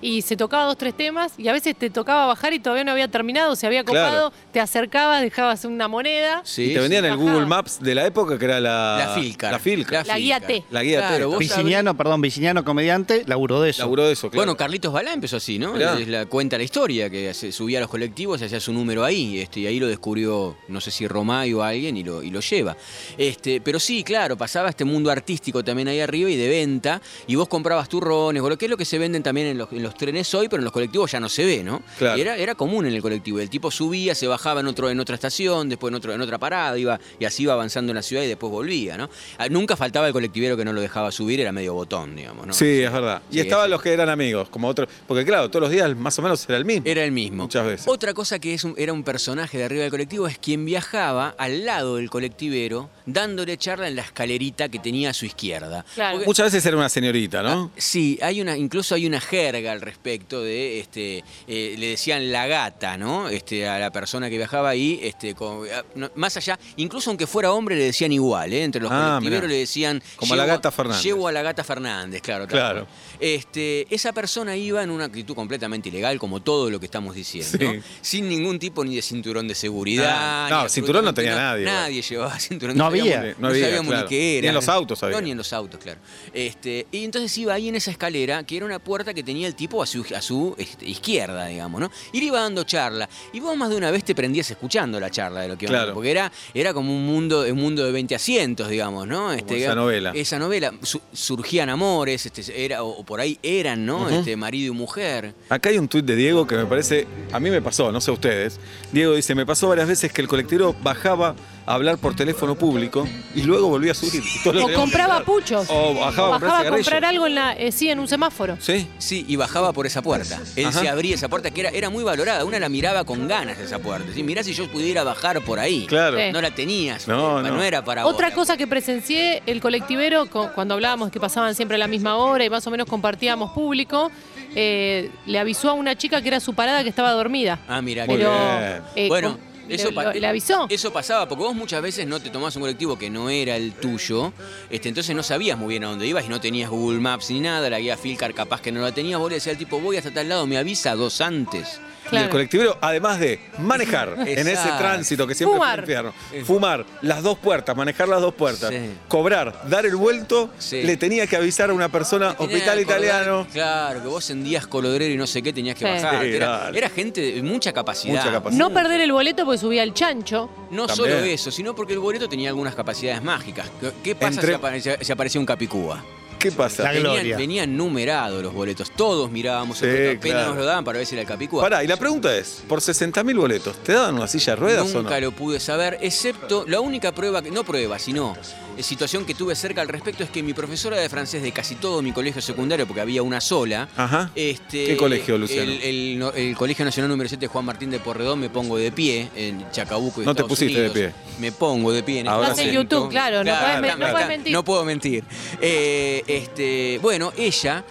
Speaker 4: y se tocaba dos, tres temas, y a veces te tocaba bajar y todavía no había terminado, se había
Speaker 3: Claro.
Speaker 4: copado, te acercabas, dejabas una moneda.
Speaker 2: Sí,
Speaker 3: Y te vendían
Speaker 4: sí.
Speaker 3: el Google
Speaker 4: Ajá.
Speaker 3: Maps de la época, que era la...
Speaker 2: La Filcar.
Speaker 3: La Filcar.
Speaker 4: La guía T.
Speaker 3: La guía T.
Speaker 2: Claro, vos
Speaker 5: Viciniano, perdón, Viciniano comediante, laburó de eso.
Speaker 3: Laburó de eso, claro.
Speaker 2: Bueno, Carlitos Balá empezó así, ¿no?
Speaker 3: Mirá.
Speaker 2: Es la, cuenta la historia, que se subía a los colectivos y hacía su número ahí, este, y ahí lo descubrió, no sé si Romay o alguien, y lo, y lo lleva. Este, pero sí, claro, pasaba este mundo artístico también ahí arriba y de venta, y vos comprabas turrones, o lo que es lo que se venden también en los, en los trenes hoy, pero en los colectivos ya no se ve, ¿no?
Speaker 3: Claro.
Speaker 2: Y Era, era común en el colectivo, el tipo subía, se bajaba en, otro, en otra estación, después en, otro, en otra parada, iba, y así iba avanzando en la ciudad y después volvía, ¿no? Ah, Nunca faltaba el colectivero que no lo dejaba subir, era medio botón, digamos, ¿no?
Speaker 3: Sí, es verdad.
Speaker 2: Sí,
Speaker 3: y estaban
Speaker 2: sí.
Speaker 3: los que eran amigos, como otros. Porque claro, todos los días más o menos era el mismo.
Speaker 2: Era el mismo.
Speaker 3: Muchas veces.
Speaker 2: Otra cosa que es un- era un personaje de arriba del colectivo es quien viajaba al lado del colectivero dándole charla en la escalerita que tenía a su izquierda.
Speaker 4: Claro.
Speaker 2: Porque- Ah,
Speaker 3: Muchas veces era una señorita, ¿no?
Speaker 2: Sí, hay una, incluso hay una jerga al respecto de, este, eh, le decían la gata, ¿no? Este, a la persona que viajaba ahí, este, con- a- no, más allá, incluso aunque fuera hombre le decían igual, ¿eh? Entre los
Speaker 3: Ah,
Speaker 2: colectiveros
Speaker 3: mirá.
Speaker 2: le decían...
Speaker 3: Como a la
Speaker 2: "Llevo-
Speaker 3: gata Fernández".
Speaker 2: Llevo a la gata Fernández, claro. tal
Speaker 3: Claro.
Speaker 2: cual. Este, esa persona iba en una actitud completamente ilegal, como todo lo que estamos diciendo,
Speaker 3: Sí.
Speaker 2: sin ningún tipo ni de cinturón de seguridad.
Speaker 3: Ah, no,
Speaker 2: ni
Speaker 3: cinturón no
Speaker 2: absolutamente
Speaker 3: tenía
Speaker 2: nada.
Speaker 3: nadie, igual.
Speaker 2: Nadie llevaba *laughs* cinturón.
Speaker 5: No
Speaker 2: sabíamos-
Speaker 5: había.
Speaker 2: No,
Speaker 3: No había,
Speaker 2: sabíamos
Speaker 3: claro.
Speaker 2: ni qué era.
Speaker 3: Ni en los autos había.
Speaker 2: No, ni en los autos, claro. Este, y entonces iba ahí en esa escalera, que era una puerta que tenía el tipo a su, a su este, izquierda, digamos, ¿no? Y le iba dando charla. Y vos más de una vez te prendías escuchando la charla de lo que iba
Speaker 3: Claro.
Speaker 2: hablando, porque era, era como un mundo, un mundo de 20 asientos, digamos, ¿no? Este,
Speaker 3: esa novela.
Speaker 2: Esa novela. Su- surgían amores, este, era, o, o por ahí eran, ¿no? este, marido y mujer.
Speaker 3: Acá hay un tuit de Diego que me parece, a mí me pasó, no sé a ustedes. Diego dice, me pasó varias veces que el colectivo bajaba a hablar por teléfono público y luego volvía a subir. Y todos lo
Speaker 4: O
Speaker 3: teníamos que
Speaker 4: compraba
Speaker 3: hacer.
Speaker 4: puchos.
Speaker 3: O bajaba, a comprar
Speaker 4: a comprar algo en la, eh, sí, en un semáforo.
Speaker 3: Sí,
Speaker 2: Sí, y bajaba por esa puerta. Él
Speaker 3: Ajá.
Speaker 2: se abría esa puerta que era, era muy valorada. Una la miraba con ganas esa puerta. ¿sí? Mirá si yo pudiera bajar por ahí.
Speaker 3: claro.
Speaker 4: Sí.
Speaker 2: No la tenías.
Speaker 3: No,
Speaker 2: pues, No,
Speaker 3: no.
Speaker 2: era para vos.
Speaker 4: Otra cosa que presencié, el colectivero, co- cuando hablábamos que pasaban siempre a la misma hora y más o menos compartíamos público, eh, le avisó a una chica que era su parada que estaba dormida.
Speaker 2: Ah, mira,
Speaker 3: Muy
Speaker 4: Pero,
Speaker 3: bien.
Speaker 4: eh,
Speaker 2: bueno,
Speaker 4: con-
Speaker 2: eso
Speaker 4: le-
Speaker 2: pa-
Speaker 4: lo- le avisó.
Speaker 2: Eso pasaba porque vos muchas veces no te tomás un colectivo que no era el tuyo, este, entonces no sabías muy bien a dónde ibas y no tenías Google Maps ni nada, la guía Filcar capaz que no la tenías, vos le decías al tipo, voy hasta tal lado, me avisa dos antes.
Speaker 3: Y el
Speaker 4: Claro.
Speaker 3: colectivero, además de
Speaker 2: *laughs*
Speaker 3: manejar en ese
Speaker 2: Exacto.
Speaker 3: tránsito que siempre
Speaker 4: Fumar.
Speaker 3: fue un infierno, fumar las dos puertas, manejar las dos puertas,
Speaker 2: Sí.
Speaker 3: cobrar, dar el vuelto,
Speaker 2: Sí.
Speaker 3: le tenía que avisar a una persona, hospital
Speaker 2: Tenía que acordar-
Speaker 3: italiano.
Speaker 2: Claro, que vos en días colodrero y no sé qué tenías que
Speaker 4: Sí.
Speaker 2: bajar.
Speaker 3: Sí,
Speaker 2: Era,
Speaker 3: dale.
Speaker 2: era gente de mucha capacidad.
Speaker 3: Mucha capacidad.
Speaker 4: No perder el boleto porque subía al chancho.
Speaker 2: No
Speaker 3: También.
Speaker 2: solo eso, sino porque el boleto tenía algunas capacidades mágicas. ¿Qué- ¿Qué pasa
Speaker 3: Entre-
Speaker 2: si, aparecía, si aparecía un capicúa?
Speaker 3: ¿Qué pasa?
Speaker 5: La-
Speaker 2: Venían-
Speaker 5: gloria.
Speaker 2: Venían numerados los boletos. Todos mirábamos el
Speaker 3: Sí,
Speaker 2: boleto. Apenas
Speaker 3: claro.
Speaker 2: nos lo daban para ver si era el capicúa.
Speaker 3: Pará, y la pregunta es, por 60 mil boletos, ¿te daban una silla de ruedas
Speaker 2: Nunca
Speaker 3: o no?
Speaker 2: lo pude saber, excepto la única prueba, que, no prueba, sino eh, situación que tuve cerca al respecto es que mi profesora de francés de casi todo mi colegio secundario, porque había una sola,
Speaker 3: Ajá.
Speaker 2: este,
Speaker 3: ¿Qué colegio, Luciano?
Speaker 2: El, el no- el Colegio Nacional número 7 Juan Martín de Porredón, me pongo de pie en Chacabuco. y
Speaker 3: No te
Speaker 2: Estados
Speaker 3: pusiste de
Speaker 2: Unidos.
Speaker 3: pie.
Speaker 2: Me pongo de pie en
Speaker 3: Ahora
Speaker 2: este
Speaker 3: sí.
Speaker 2: momento.
Speaker 4: YouTube, claro, no podés men- no
Speaker 2: acá,
Speaker 4: podés
Speaker 2: acá,
Speaker 4: mentir.
Speaker 2: No puedo mentir. Eh, este, bueno, ella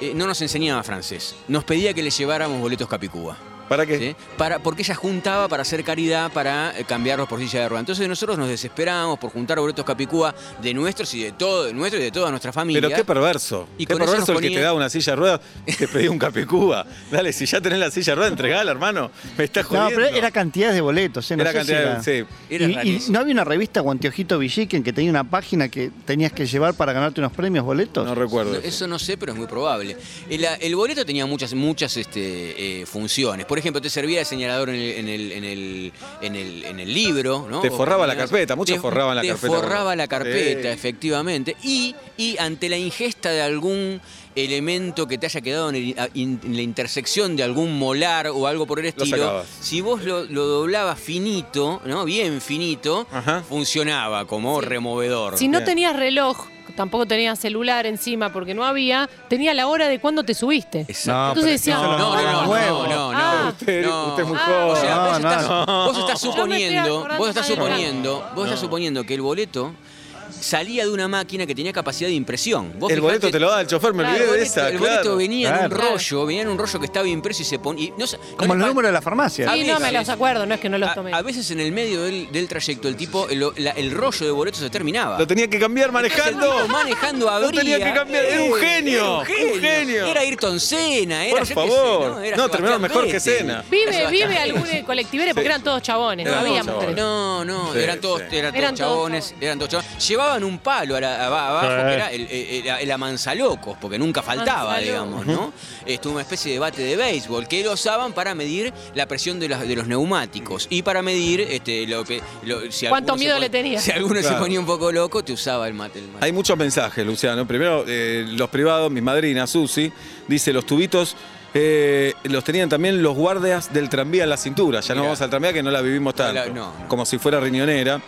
Speaker 2: eh, no nos enseñaba francés. Nos pedía que le lleváramos boletos Capicúa.
Speaker 3: ¿Para qué?
Speaker 2: ¿sí? Para, porque ella juntaba para hacer caridad, para eh, cambiarlos por silla de rueda. Entonces nosotros nos desesperábamos por juntar boletos Capicúa de nuestros y de todo, de nuestro y de toda nuestra familia.
Speaker 3: Pero qué perverso.
Speaker 2: Y
Speaker 3: qué
Speaker 2: con eso
Speaker 3: perverso
Speaker 2: nos
Speaker 3: el que
Speaker 2: ponía-
Speaker 3: te da una silla de ruedas, te pedí
Speaker 2: *laughs*
Speaker 3: un capicúa. Dale, si ya tenés la silla de ruedas, entregala, hermano. Me estás
Speaker 5: No,
Speaker 3: jodiendo.
Speaker 5: pero era cantidades de boletos. ¿eh? No
Speaker 3: Era
Speaker 5: sé si
Speaker 3: cantidad de- sí.
Speaker 2: Era
Speaker 5: Y- y,
Speaker 2: rarísimo.
Speaker 5: no había una revista Guanteojito Villiquen que tenía una página que tenías que llevar para ganarte unos premios boletos.
Speaker 3: No recuerdo.
Speaker 2: No, eso no sé, pero es muy probable. El, el boleto tenía muchas, muchas este, eh, funciones. Por ejemplo, te servía de señalador en el, en el, en el, en el- en el libro. ¿no?
Speaker 3: Te
Speaker 2: O
Speaker 3: forraba
Speaker 2: tenías-
Speaker 3: la carpeta, muchos
Speaker 2: te-
Speaker 3: forraban la carpeta
Speaker 2: Te forraba
Speaker 3: cuando-
Speaker 2: la carpeta,
Speaker 3: Sí.
Speaker 2: efectivamente. Y, y ante la ingesta de algún elemento que te haya quedado en, el- in- en la intersección de algún molar o algo por el estilo,
Speaker 3: sacabas.
Speaker 2: si vos lo, lo doblabas finito, ¿no? bien finito,
Speaker 3: Ajá.
Speaker 2: funcionaba como removedor.
Speaker 4: Si no
Speaker 3: Bien.
Speaker 4: tenías reloj, tampoco tenías celular encima porque no había, tenía la hora de cuándo te subiste.
Speaker 3: Ah,
Speaker 2: Exacto.
Speaker 4: Entonces decía,
Speaker 2: No, no, no,
Speaker 5: nuevo.
Speaker 2: no, no, no.
Speaker 4: Ah.
Speaker 3: Usted,
Speaker 2: No.
Speaker 3: usted es muy
Speaker 4: Ah,
Speaker 3: joven.
Speaker 2: O sea,
Speaker 5: No,
Speaker 2: vos,
Speaker 5: no,
Speaker 2: estás,
Speaker 5: no.
Speaker 2: vos estás
Speaker 4: Yo me estoy
Speaker 2: suponiendo,
Speaker 4: acordando
Speaker 2: vos estás
Speaker 4: de algo.
Speaker 2: suponiendo, vos estás suponiendo que el boleto salía de una máquina que tenía capacidad de impresión. Vos
Speaker 3: El
Speaker 2: fijate-
Speaker 3: boleto te lo da el chofer, me
Speaker 4: Claro,
Speaker 3: olvidé
Speaker 2: el
Speaker 3: de
Speaker 2: boleto-
Speaker 3: esa.
Speaker 2: el
Speaker 3: claro.
Speaker 2: boleto venía en un
Speaker 5: Claro.
Speaker 2: rollo, venía en un rollo que estaba impreso y se ponía. y no sé- no
Speaker 5: Como
Speaker 2: le
Speaker 5: el
Speaker 2: pa-
Speaker 5: número de la farmacia.
Speaker 4: Sí, no me los acuerdo, no es que no los tomé.
Speaker 2: a, a veces en el medio del, del trayecto, el tipo, el, la- el rollo de boleto se terminaba.
Speaker 3: Lo tenía que cambiar manejando.
Speaker 2: Entonces, manejando
Speaker 3: Lo
Speaker 2: abría.
Speaker 3: tenía que cambiar. Era un genio.
Speaker 2: Era un
Speaker 3: Un
Speaker 2: genio.
Speaker 3: genio.
Speaker 2: Era Ayrton Senna. Era, yo
Speaker 3: Por
Speaker 2: qué sé,
Speaker 3: favor.
Speaker 2: Era
Speaker 3: No, terminaron
Speaker 2: Sebastián
Speaker 3: mejor que
Speaker 2: Vettel.
Speaker 3: Senna.
Speaker 4: Vive,
Speaker 2: Era
Speaker 4: vive
Speaker 2: Sebastián *laughs*
Speaker 4: algún
Speaker 2: Vettel.
Speaker 4: colectiveros porque
Speaker 3: Sí.
Speaker 4: eran todos chabones, no
Speaker 3: Eran
Speaker 4: había
Speaker 3: todos
Speaker 4: mujeres.
Speaker 3: chabones.
Speaker 2: No, no,
Speaker 3: Sí,
Speaker 2: eran todos,
Speaker 3: sí.
Speaker 2: eran todos
Speaker 4: Eran todos
Speaker 2: chabones, eran todos chabones. Llevaban un palo a la- aba- abajo, que era el, el, el- el amansalocos, porque nunca faltaba,
Speaker 4: Amansalocos.
Speaker 2: digamos, ¿no? Esto una especie de bate de béisbol que lo usaban para medir la presión de, las- de los neumáticos y para medir este, lo que. lo- si
Speaker 4: ¿Cuánto
Speaker 2: alguno se
Speaker 4: miedo
Speaker 2: pon-
Speaker 4: le tenía?
Speaker 2: Si alguno se
Speaker 3: Claro.
Speaker 2: ponía un poco loco, te usaba el mate. El mate.
Speaker 3: Hay muchos mensajes, Luciano. Primero, eh, los privados, mi madrina, Susi, dice, los tubitos eh, los tenían también los guardias del tranvía en la cintura. Ya no
Speaker 2: Mirá.
Speaker 3: vamos al tranvía que no la vivimos tanto.
Speaker 2: la- no, no.
Speaker 3: Como si fuera riñonera.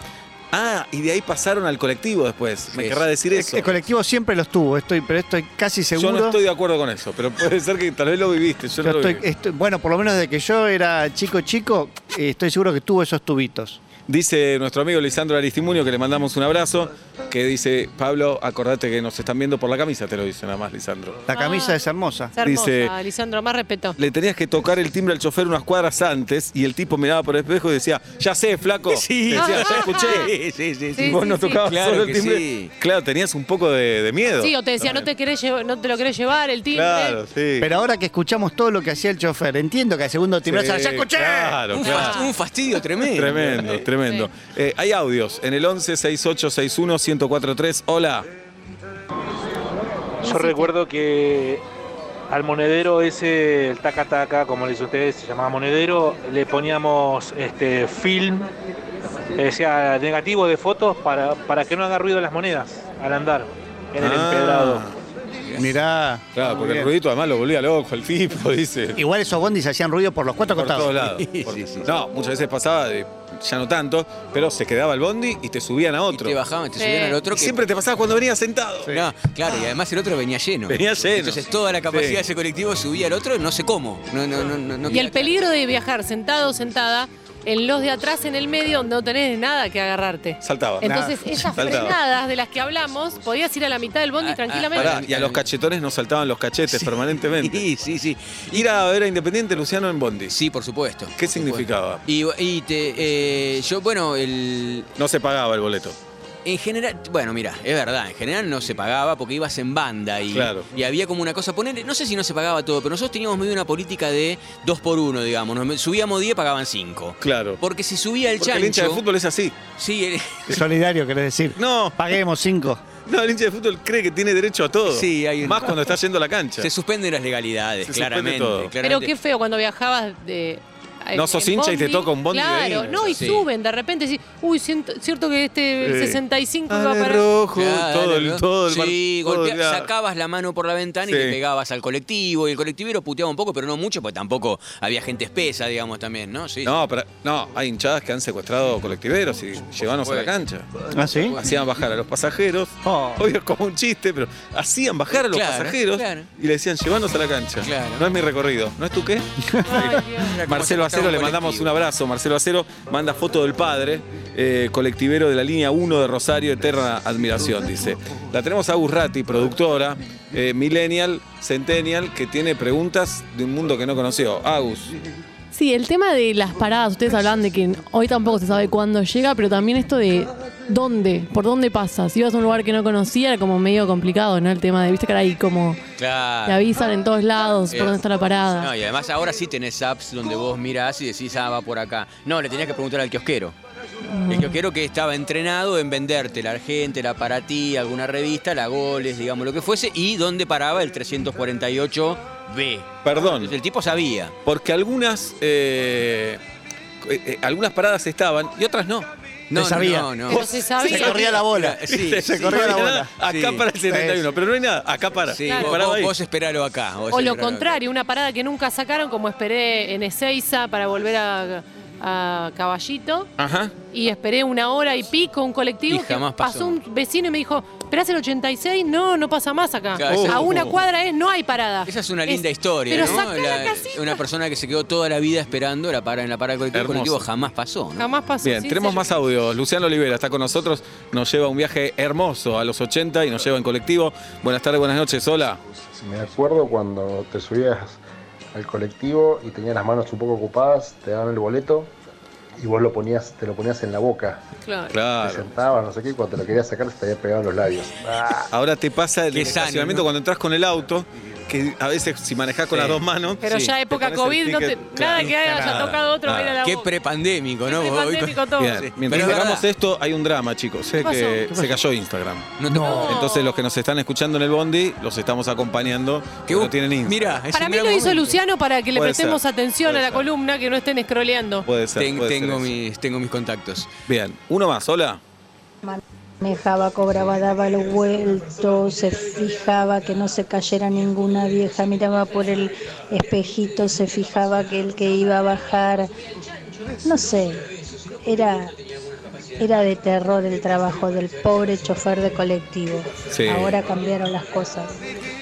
Speaker 3: Ah, y de ahí pasaron al colectivo después. Me
Speaker 2: Sí.
Speaker 3: querrá decir
Speaker 5: El-
Speaker 3: eso.
Speaker 5: El colectivo siempre los tuvo, estoy, pero estoy casi seguro.
Speaker 3: Yo no estoy de acuerdo con eso, pero puede ser que tal vez lo viviste. Yo,
Speaker 5: Yo
Speaker 3: no lo
Speaker 5: estoy-
Speaker 3: viví.
Speaker 5: estoy- bueno, por lo menos desde que yo era chico chico, eh, estoy seguro que tuvo esos tubitos.
Speaker 3: Dice nuestro amigo Lisandro Aristimunio, que le mandamos un abrazo, que dice, Pablo, acordate que nos están viendo por la camisa, te lo dice nada más, Lisandro.
Speaker 5: La camisa
Speaker 4: Ah.
Speaker 5: es hermosa.
Speaker 4: Es hermosa,
Speaker 3: Dice-
Speaker 4: Lisandro, más respeto.
Speaker 3: Le tenías que tocar el timbre al chofer unas cuadras antes y el tipo miraba por el espejo y decía, ya sé,
Speaker 4: *laughs*
Speaker 3: flaco.
Speaker 2: Sí.
Speaker 3: Te decía, ya escuché.
Speaker 2: Sí, sí, sí.
Speaker 4: Sí,
Speaker 3: y vos
Speaker 4: sí,
Speaker 3: no
Speaker 4: sí.
Speaker 3: tocabas
Speaker 2: Claro
Speaker 3: solo el
Speaker 2: que
Speaker 3: timbre.
Speaker 2: sí.
Speaker 3: Claro, tenías un poco de, de miedo.
Speaker 4: Sí, o te decía, no te, querés llevar- no te lo querés llevar el timbre.
Speaker 3: Claro, sí.
Speaker 5: Pero ahora que escuchamos todo lo que hacía el chofer, entiendo que al segundo timbrazo,
Speaker 3: Sí,
Speaker 5: ¡ya escuché!
Speaker 3: Claro,
Speaker 2: Un,
Speaker 3: claro.
Speaker 2: fas- un fastidio tremendo.
Speaker 3: Tremendo, tremendo.
Speaker 4: Sí.
Speaker 3: Eh, hay audios en el 11 68 61 1043. Hola.
Speaker 1: Yo recuerdo que al monedero ese, el taca taca, como le dicen ustedes, se llamaba monedero, le poníamos este film, eh, decía negativo de fotos para, para que no haga ruido las monedas al andar en el
Speaker 3: Ah,
Speaker 1: empedrado.
Speaker 5: Mirá.
Speaker 3: Claro,
Speaker 5: Muy
Speaker 3: porque el
Speaker 5: bien.
Speaker 3: ruidito además lo volvía loco el tipo, *laughs* dice.
Speaker 5: Igual esos bondis hacían ruido por los cuatro
Speaker 3: Por
Speaker 5: costados.
Speaker 3: todos
Speaker 5: *laughs*
Speaker 3: lados. Por-
Speaker 2: Sí, sí.
Speaker 3: No, muchas veces pasaba, de- ya no tanto, pero se quedaba el bondi y te subían a
Speaker 2: Y
Speaker 3: otro.
Speaker 2: te bajaban, te
Speaker 4: Sí.
Speaker 2: subían al otro.
Speaker 3: Y
Speaker 2: que-
Speaker 3: siempre te pasaba cuando venías sentado.
Speaker 2: No, claro, y además el otro venía lleno.
Speaker 3: Venía lleno.
Speaker 2: Entonces toda la capacidad
Speaker 3: Sí.
Speaker 2: de ese colectivo subía al otro, no sé cómo. No, no, no, no, no
Speaker 4: Y
Speaker 2: queda
Speaker 4: el peligro de viajar sentado o sentada en los de atrás en el medio donde no tenés nada que agarrarte.
Speaker 3: Saltaba. *laughs*
Speaker 4: Entonces,
Speaker 5: Nah.
Speaker 4: esas
Speaker 3: Saltaba.
Speaker 4: frenadas de las que hablamos, podías ir a la mitad del bondi
Speaker 2: Ah, ah,
Speaker 4: tranquilamente.
Speaker 3: Pará, y a los cachetones nos saltaban los cachetes
Speaker 2: claro.
Speaker 3: permanentemente.
Speaker 2: *laughs* Sí, sí, sí.
Speaker 3: Ir a ver a Independiente Luciano en bondi.
Speaker 2: Sí, por supuesto.
Speaker 3: ¿Qué
Speaker 2: por
Speaker 3: significaba?
Speaker 2: supuesto. Y, y te, eh, yo, bueno, el,
Speaker 3: No se pagaba el boleto.
Speaker 2: En general, bueno, mira, es verdad, en general no se pagaba porque ibas en banda y,
Speaker 3: Claro.
Speaker 2: y había como una cosa, poner, no sé si no se pagaba todo, pero nosotros teníamos medio una política de dos por uno, digamos, nos subíamos 10, pagaban 5.
Speaker 3: Claro.
Speaker 2: Porque si subía el
Speaker 3: Porque el hincha
Speaker 2: chancho,
Speaker 3: de fútbol es así.
Speaker 2: sí, el-
Speaker 5: Solidario, querés decir.
Speaker 3: No,
Speaker 5: Paguemos cinco.
Speaker 3: no, el hincha de fútbol cree que tiene derecho a todo.
Speaker 2: Sí, hay un-
Speaker 3: Más cuando está yendo a la cancha.
Speaker 2: se suspenden las legalidades,
Speaker 3: Se suspende
Speaker 2: claramente,
Speaker 3: todo.
Speaker 4: Pero
Speaker 2: claramente.
Speaker 4: qué feo cuando viajabas de. eh,
Speaker 3: No
Speaker 4: en-
Speaker 3: sos
Speaker 4: en
Speaker 3: hincha y te
Speaker 4: bondi.
Speaker 3: toca un bondi de
Speaker 4: Claro,
Speaker 3: ahí.
Speaker 4: no, y
Speaker 2: Sí.
Speaker 4: suben de repente. decís, Uy, siento- cierto que este
Speaker 3: Sí. Ah,
Speaker 4: 65 iba
Speaker 3: Ale
Speaker 4: para.
Speaker 3: rojo,
Speaker 2: Claro,
Speaker 3: todo el,
Speaker 2: ¿no?
Speaker 3: todo el
Speaker 2: sí,
Speaker 3: mar- todo el-
Speaker 2: golpea- sacabas la mano por la ventana
Speaker 3: Sí.
Speaker 2: y te pegabas al colectivo y el colectivero puteaba un poco, pero no mucho, porque tampoco había gente espesa, digamos, también, ¿no? Sí,
Speaker 3: No, pero, no, hay hinchadas que han secuestrado colectiveros y llevanos a la
Speaker 2: supuesto.
Speaker 3: cancha.
Speaker 5: ¿Ah, sí?
Speaker 3: Hacían bajar a los pasajeros.
Speaker 5: Oh.
Speaker 3: Obvio, es como un chiste, pero hacían bajar a los
Speaker 2: Ah. Claro,
Speaker 3: pasajeros
Speaker 2: claro.
Speaker 3: y le decían, llevanos a la cancha.
Speaker 2: Claro.
Speaker 3: No es mi recorrido. ¿No es tu qué?
Speaker 4: Ay, Dios.
Speaker 2: Era como
Speaker 3: Marcelo
Speaker 2: sacar un
Speaker 3: Acero, le mandamos
Speaker 2: colectivo.
Speaker 3: un abrazo. Marcelo Acero manda foto del padre, eh, colectivero de la línea 1 de Rosario, eterna admiración, dice. La tenemos a Burrati, productora, eh, millennial, centennial, que tiene preguntas de un mundo que no conoció. Agus,
Speaker 6: Sí, el tema de las paradas, ustedes hablan de que hoy tampoco se sabe cuándo llega, pero también esto de dónde, por dónde pasas. Si ibas a un lugar que no conocía, era como medio complicado, ¿no? El tema de, viste que era ahí como te
Speaker 2: Claro.
Speaker 6: avisan en todos lados
Speaker 2: Sí.
Speaker 6: por dónde está la parada.
Speaker 2: Ah. Eh, No, y además ahora sí tenés apps donde vos mirás y decís, ah, va por acá. No, le tenías que preguntar al kiosquero. El kiosquero que estaba entrenado en venderte la Argente, la para ti, alguna revista, la Goles, digamos lo que fuese, y dónde paraba el 348B.
Speaker 3: perdón,
Speaker 2: Entonces, El tipo sabía.
Speaker 3: porque algunas, eh, eh, eh, algunas paradas estaban y otras no.
Speaker 2: No,
Speaker 5: Se sabía.
Speaker 2: no, no.
Speaker 4: Pero se sabía.
Speaker 5: Se corría la bola.
Speaker 2: *laughs* Sí,
Speaker 5: se
Speaker 2: sí.
Speaker 5: corría la
Speaker 3: No hay
Speaker 5: bola.
Speaker 3: nada Acá
Speaker 2: Sí.
Speaker 3: para el 71, pero no hay nada. Acá para.
Speaker 2: Sí,
Speaker 3: Parada
Speaker 2: vos-
Speaker 3: ahí.
Speaker 2: vos, vos esperalo acá. vos
Speaker 4: O lo
Speaker 2: esperalo acá.
Speaker 4: contrario, una parada que nunca sacaron, como esperé en Ezeiza para volver a, a Caballito.
Speaker 3: Ajá.
Speaker 4: Y esperé una hora y pico un
Speaker 2: Y
Speaker 4: colectivo.
Speaker 2: jamás
Speaker 4: que pasó.
Speaker 2: pasó.
Speaker 4: un vecino y me dijo, ¿esperás el 86? No, no pasa más acá.
Speaker 2: Claro, esa-
Speaker 4: A una cuadra es, no hay parada.
Speaker 2: Esa es una linda historia,
Speaker 4: Pero
Speaker 2: ¿no?
Speaker 4: sacá la,
Speaker 2: La-
Speaker 4: casita.
Speaker 2: una persona que se quedó toda la vida esperando la para en la parada colectivo,
Speaker 3: Hermoso.
Speaker 2: colectivo jamás pasó, ¿no?
Speaker 4: Jamás pasó.
Speaker 3: Bien,
Speaker 4: sí,
Speaker 3: tenemos
Speaker 4: sí.
Speaker 3: más audios. Luciano Olivera está con nosotros, nos lleva a un viaje hermoso a los 80 y nos lleva en colectivo. Buenas tardes, buenas noches, hola.
Speaker 7: Me acuerdo cuando te subías al colectivo y tenías las manos un poco ocupadas, te daban el boleto y vos lo ponías, te lo ponías en la boca.
Speaker 4: Claro.
Speaker 7: Te
Speaker 3: Claro.
Speaker 7: sentabas, no sé qué, y cuando te lo querías sacar se te había pegado en los labios.
Speaker 3: Ahora te pasa el
Speaker 2: Qué sano,
Speaker 3: estacionamiento
Speaker 2: ¿no?
Speaker 3: cuando entras con el auto, que a veces si manejás con
Speaker 2: Sí.
Speaker 3: las dos manos.
Speaker 4: Pero
Speaker 2: Sí,
Speaker 4: ya
Speaker 3: te
Speaker 4: época
Speaker 3: pones el
Speaker 4: COVID, no te-
Speaker 3: ticket,
Speaker 4: nada
Speaker 3: claro.
Speaker 4: que haya
Speaker 3: Nada,
Speaker 4: tocado otro,
Speaker 3: nada.
Speaker 4: mira la
Speaker 2: Ah, Qué
Speaker 4: boca.
Speaker 2: prepandémico, ¿no?
Speaker 4: Qué
Speaker 2: Vos-
Speaker 4: prepandémico todo.
Speaker 3: Bien,
Speaker 2: Pero
Speaker 3: mientras
Speaker 2: es
Speaker 3: grabamos
Speaker 2: verdad.
Speaker 3: esto, hay un drama, chicos. Sé
Speaker 4: ¿Qué pasó?
Speaker 3: que
Speaker 4: ¿Qué
Speaker 3: se cayó Instagram.
Speaker 2: No, te-
Speaker 5: No.
Speaker 3: Entonces los que nos están escuchando en el bondi, los estamos acompañando. Que no
Speaker 2: vos-
Speaker 3: tienen Instagram.
Speaker 2: Mirá, es
Speaker 4: Para
Speaker 2: un
Speaker 4: mí
Speaker 2: gran
Speaker 4: lo hizo
Speaker 2: momento.
Speaker 4: Luciano para que le
Speaker 3: Puede
Speaker 4: prestemos
Speaker 3: ser,
Speaker 4: atención
Speaker 3: puede
Speaker 4: a la
Speaker 3: ser.
Speaker 4: columna, que no estén escroleando.
Speaker 3: Puede ser.
Speaker 2: Ten-
Speaker 3: puede ser
Speaker 2: tengo,
Speaker 3: eso.
Speaker 2: mis, tengo mis contactos.
Speaker 3: Bien, uno más, hola.
Speaker 8: Manejaba, cobraba, daba los vueltos, se fijaba que no se cayera ninguna vieja, miraba por el espejito, se fijaba que el que iba a bajar, no sé, era, era de terror el trabajo del pobre chofer de colectivo.
Speaker 3: Sí.
Speaker 8: Ahora cambiaron las cosas.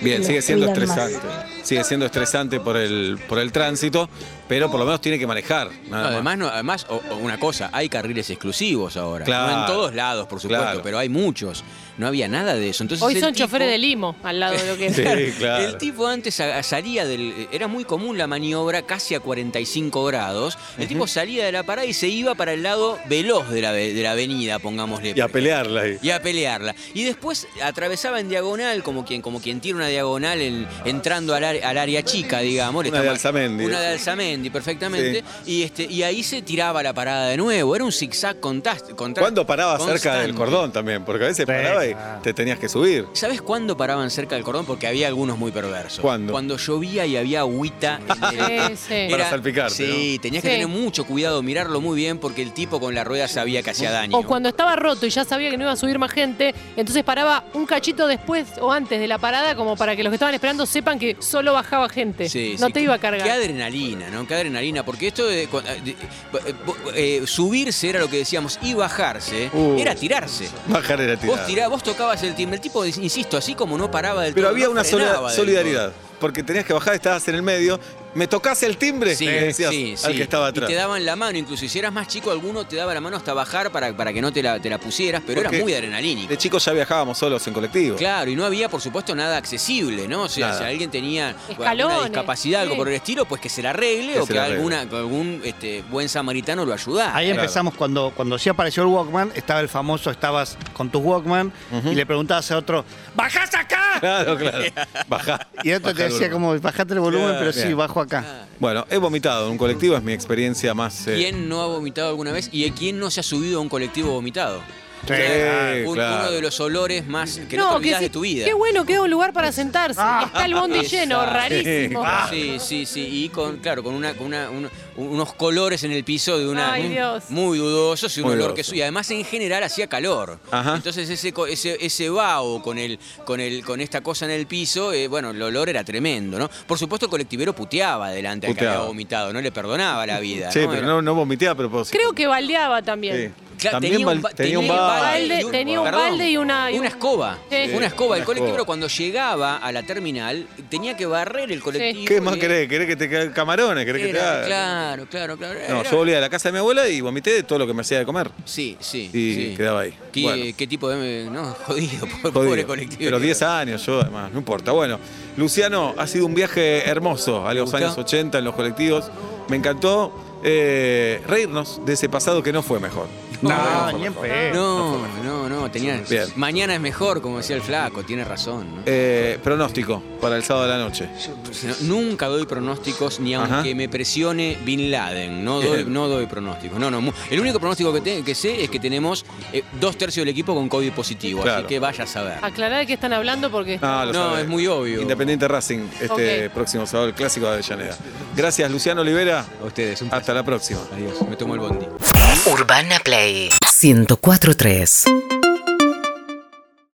Speaker 3: Bien,
Speaker 8: Los
Speaker 3: sigue siendo
Speaker 8: cuidan más.
Speaker 3: estresante. sigue siendo estresante por el, por el tránsito, pero por lo menos tiene que manejar. nada más.
Speaker 2: Además, no, además o- o una cosa, hay carriles exclusivos ahora.
Speaker 3: Claro.
Speaker 2: No en todos lados, por supuesto,
Speaker 3: Claro.
Speaker 2: pero hay muchos. No había nada de eso. Entonces
Speaker 4: Hoy
Speaker 2: el
Speaker 4: son
Speaker 2: tipo-
Speaker 4: choferes de limo al lado de
Speaker 2: *laughs*
Speaker 4: lo que es.
Speaker 3: Sí, claro.
Speaker 2: El tipo antes sa- salía del. Era muy común la maniobra, casi a 45 grados. El tipo salía de la parada y se iba para el lado veloz de la, ve- de la avenida, pongámosle.
Speaker 3: Y a pelearla ahí.
Speaker 2: Y a pelearla. Y después atravesaba en diagonal, como quien, como quien tira una diagonal en- entrando al, área- al área chica, digamos. Le
Speaker 3: Una de
Speaker 2: estaba-
Speaker 3: Alzamendi.
Speaker 2: Una de Alzamendi, perfectamente. Y, este, y ahí se tiraba la parada de nuevo. Era un zigzag contas- contra-
Speaker 3: ¿Cuándo paraba cerca
Speaker 2: constante.
Speaker 3: del cordón también? Porque a veces
Speaker 5: Sí,
Speaker 3: paraba y
Speaker 5: claro.
Speaker 3: te tenías que subir.
Speaker 2: ¿Sabes cuándo paraban cerca del cordón? Porque había algunos muy perversos.
Speaker 3: ¿Cuándo?
Speaker 2: Cuando llovía y había agüita. en el-
Speaker 4: Sí, sí.
Speaker 3: Para salpicarte,
Speaker 2: Sí, tenías que
Speaker 4: Sí.
Speaker 2: tener mucho cuidado, mirarlo muy bien, porque el tipo con la rueda sabía que hacía daño.
Speaker 4: O cuando estaba roto y ya sabía que no iba a subir más gente, entonces paraba un cachito después o antes de la parada como para que los que estaban esperando sepan que solo bajaba gente.
Speaker 2: Sí,
Speaker 4: no
Speaker 2: sí.
Speaker 4: te iba a
Speaker 2: Qué
Speaker 4: cargar.
Speaker 2: adrenalina, ¿no? Qué adrenalina, porque esto de, cu- de- eh, subirse era lo que decíamos y bajarse
Speaker 3: Uh.
Speaker 2: era tirarse.
Speaker 3: Bajar era tirar.
Speaker 2: Vos tirabas, vos tocabas el timbre, el tipo, insisto, así como no paraba del
Speaker 3: Pero
Speaker 2: todo,
Speaker 3: había
Speaker 2: no
Speaker 3: una sola-
Speaker 2: frenaba del
Speaker 3: solidaridad.
Speaker 2: todo.
Speaker 3: Porque tenías que bajar, estabas en el medio. ¿Me tocás el timbre?
Speaker 2: Sí,
Speaker 3: le decías
Speaker 2: sí,
Speaker 3: al
Speaker 2: sí.
Speaker 3: que estaba
Speaker 2: Y
Speaker 3: atrás.
Speaker 2: te daban la mano, incluso si eras más chico, alguno te daba la mano hasta bajar para, para que no te la, te la pusieras, pero
Speaker 3: Porque
Speaker 2: era muy adrenalínico.
Speaker 3: De chicos ya viajábamos solos en colectivo.
Speaker 2: Claro, y no había, por supuesto, nada accesible, ¿no? O sea,
Speaker 3: Nada.
Speaker 2: si alguien tenía
Speaker 4: Escalones,
Speaker 2: alguna discapacidad, algo
Speaker 4: sí.
Speaker 2: por el estilo, pues que se la arregle
Speaker 3: Que
Speaker 2: o
Speaker 3: se
Speaker 2: que
Speaker 3: la arregle.
Speaker 2: alguna, que algún este, buen samaritano lo ayudara.
Speaker 5: Ahí em-
Speaker 3: Claro.
Speaker 5: empezamos cuando, cuando sí apareció el Walkman, estaba el famoso, estabas con tus Walkman y le preguntabas a otro, ¡bajás acá!
Speaker 3: Claro, claro. Bajá.
Speaker 5: Y el otro
Speaker 3: Bajá
Speaker 5: te
Speaker 3: el
Speaker 5: decía
Speaker 3: volumen.
Speaker 5: como, bajate el volumen,
Speaker 3: Claro.
Speaker 5: pero sí,
Speaker 3: Bien.
Speaker 5: bajo acá.
Speaker 3: Bueno, he vomitado en un colectivo, es mi experiencia más. eh,
Speaker 2: ¿Quién no ha vomitado alguna vez y quién no se ha subido a un colectivo vomitado?
Speaker 5: Sí,
Speaker 2: un-
Speaker 3: claro.
Speaker 2: Uno de los olores más que no, te olvidás
Speaker 4: sí,
Speaker 2: de tu vida.
Speaker 4: Qué bueno que era un lugar para sentarse. Y está el bondi lleno,
Speaker 2: Exacto. *laughs*
Speaker 4: rarísimo.
Speaker 2: Sí, sí, sí. Y con, claro, con una, con una- un- unos colores en el piso de una.
Speaker 4: Ay, Dios.
Speaker 2: Muy dudosos y un
Speaker 3: Muy
Speaker 2: olor que
Speaker 3: dudoso.
Speaker 2: su- Y además en general hacía calor.
Speaker 3: Ajá.
Speaker 2: Entonces ese, co- ese, ese vaho con el, con el, con esta cosa en el piso, eh, bueno, el olor era tremendo, ¿no? Por supuesto el colectivero puteaba delante al que
Speaker 3: Puteaba.
Speaker 2: había vomitado, no le perdonaba la vida.
Speaker 3: Che,
Speaker 2: ¿no?
Speaker 3: pero
Speaker 2: Era-
Speaker 3: no, no vomité a propósito.
Speaker 4: Creo que baldeaba también.
Speaker 3: Sí.
Speaker 2: Claro,
Speaker 3: También
Speaker 2: tenía un,
Speaker 3: val-
Speaker 2: ba-
Speaker 3: tenía un
Speaker 2: tenía
Speaker 3: balde.
Speaker 4: balde, tenía un
Speaker 2: Perdón.
Speaker 4: balde y una- y
Speaker 2: una
Speaker 4: un-
Speaker 2: escoba.
Speaker 4: Sí.
Speaker 2: Una escoba.
Speaker 3: Una
Speaker 2: El colectivero
Speaker 3: escoba.
Speaker 2: cuando llegaba a la terminal tenía que barrer el colectivo.
Speaker 3: ¿Qué más
Speaker 2: y-
Speaker 3: querés? ¿Querés que te caigan camarones? ¿Querés que te
Speaker 2: Era-
Speaker 3: haga?
Speaker 2: Claro, claro, claro.
Speaker 3: No,
Speaker 2: Era-
Speaker 3: yo volví a la casa de mi abuela y vomité de todo lo que me hacía de comer.
Speaker 2: Sí, sí.
Speaker 3: Y
Speaker 2: sí.
Speaker 3: quedaba ahí.
Speaker 2: ¿Qué,
Speaker 3: Bueno.
Speaker 2: qué tipo de.? No, *laughs* jodido, pobre,
Speaker 3: Jodido.
Speaker 2: pobre colectivo.
Speaker 3: Pero 10 años yo, además, no importa. Bueno, Luciano, ha sido un viaje hermoso a los
Speaker 2: gustó?
Speaker 3: años 80 en los colectivos. Me encantó eh, reírnos de ese pasado que no fue mejor. Ah,
Speaker 5: No, Ah, ni en pedo.
Speaker 2: No, no, no. Tenía,
Speaker 3: Bien.
Speaker 2: mañana es mejor, como decía el flaco, tiene razón. ¿no?
Speaker 3: Eh, pronóstico para el sábado de la noche.
Speaker 2: No, nunca doy pronósticos, ni aunque
Speaker 3: Ajá.
Speaker 2: me presione Bin Laden. No doy,
Speaker 3: Bien.
Speaker 2: no doy pronósticos. No, no. mu- El único pronóstico que, te- que sé es que tenemos eh, dos tercios del equipo con COVID positivo.
Speaker 3: Claro.
Speaker 2: Así que vaya a saber.
Speaker 4: Aclarar de qué están hablando porque
Speaker 3: Ah, lo
Speaker 2: No,
Speaker 3: sabe.
Speaker 2: es muy obvio.
Speaker 3: Independiente Racing, este
Speaker 4: Ok.
Speaker 3: próximo sábado, el clásico de Avellaneda. Gracias, Luciano Olivera.
Speaker 2: A ustedes. Un
Speaker 3: Hasta la próxima.
Speaker 2: Adiós. Me tomo el bondi.
Speaker 9: Urbana Play 104.3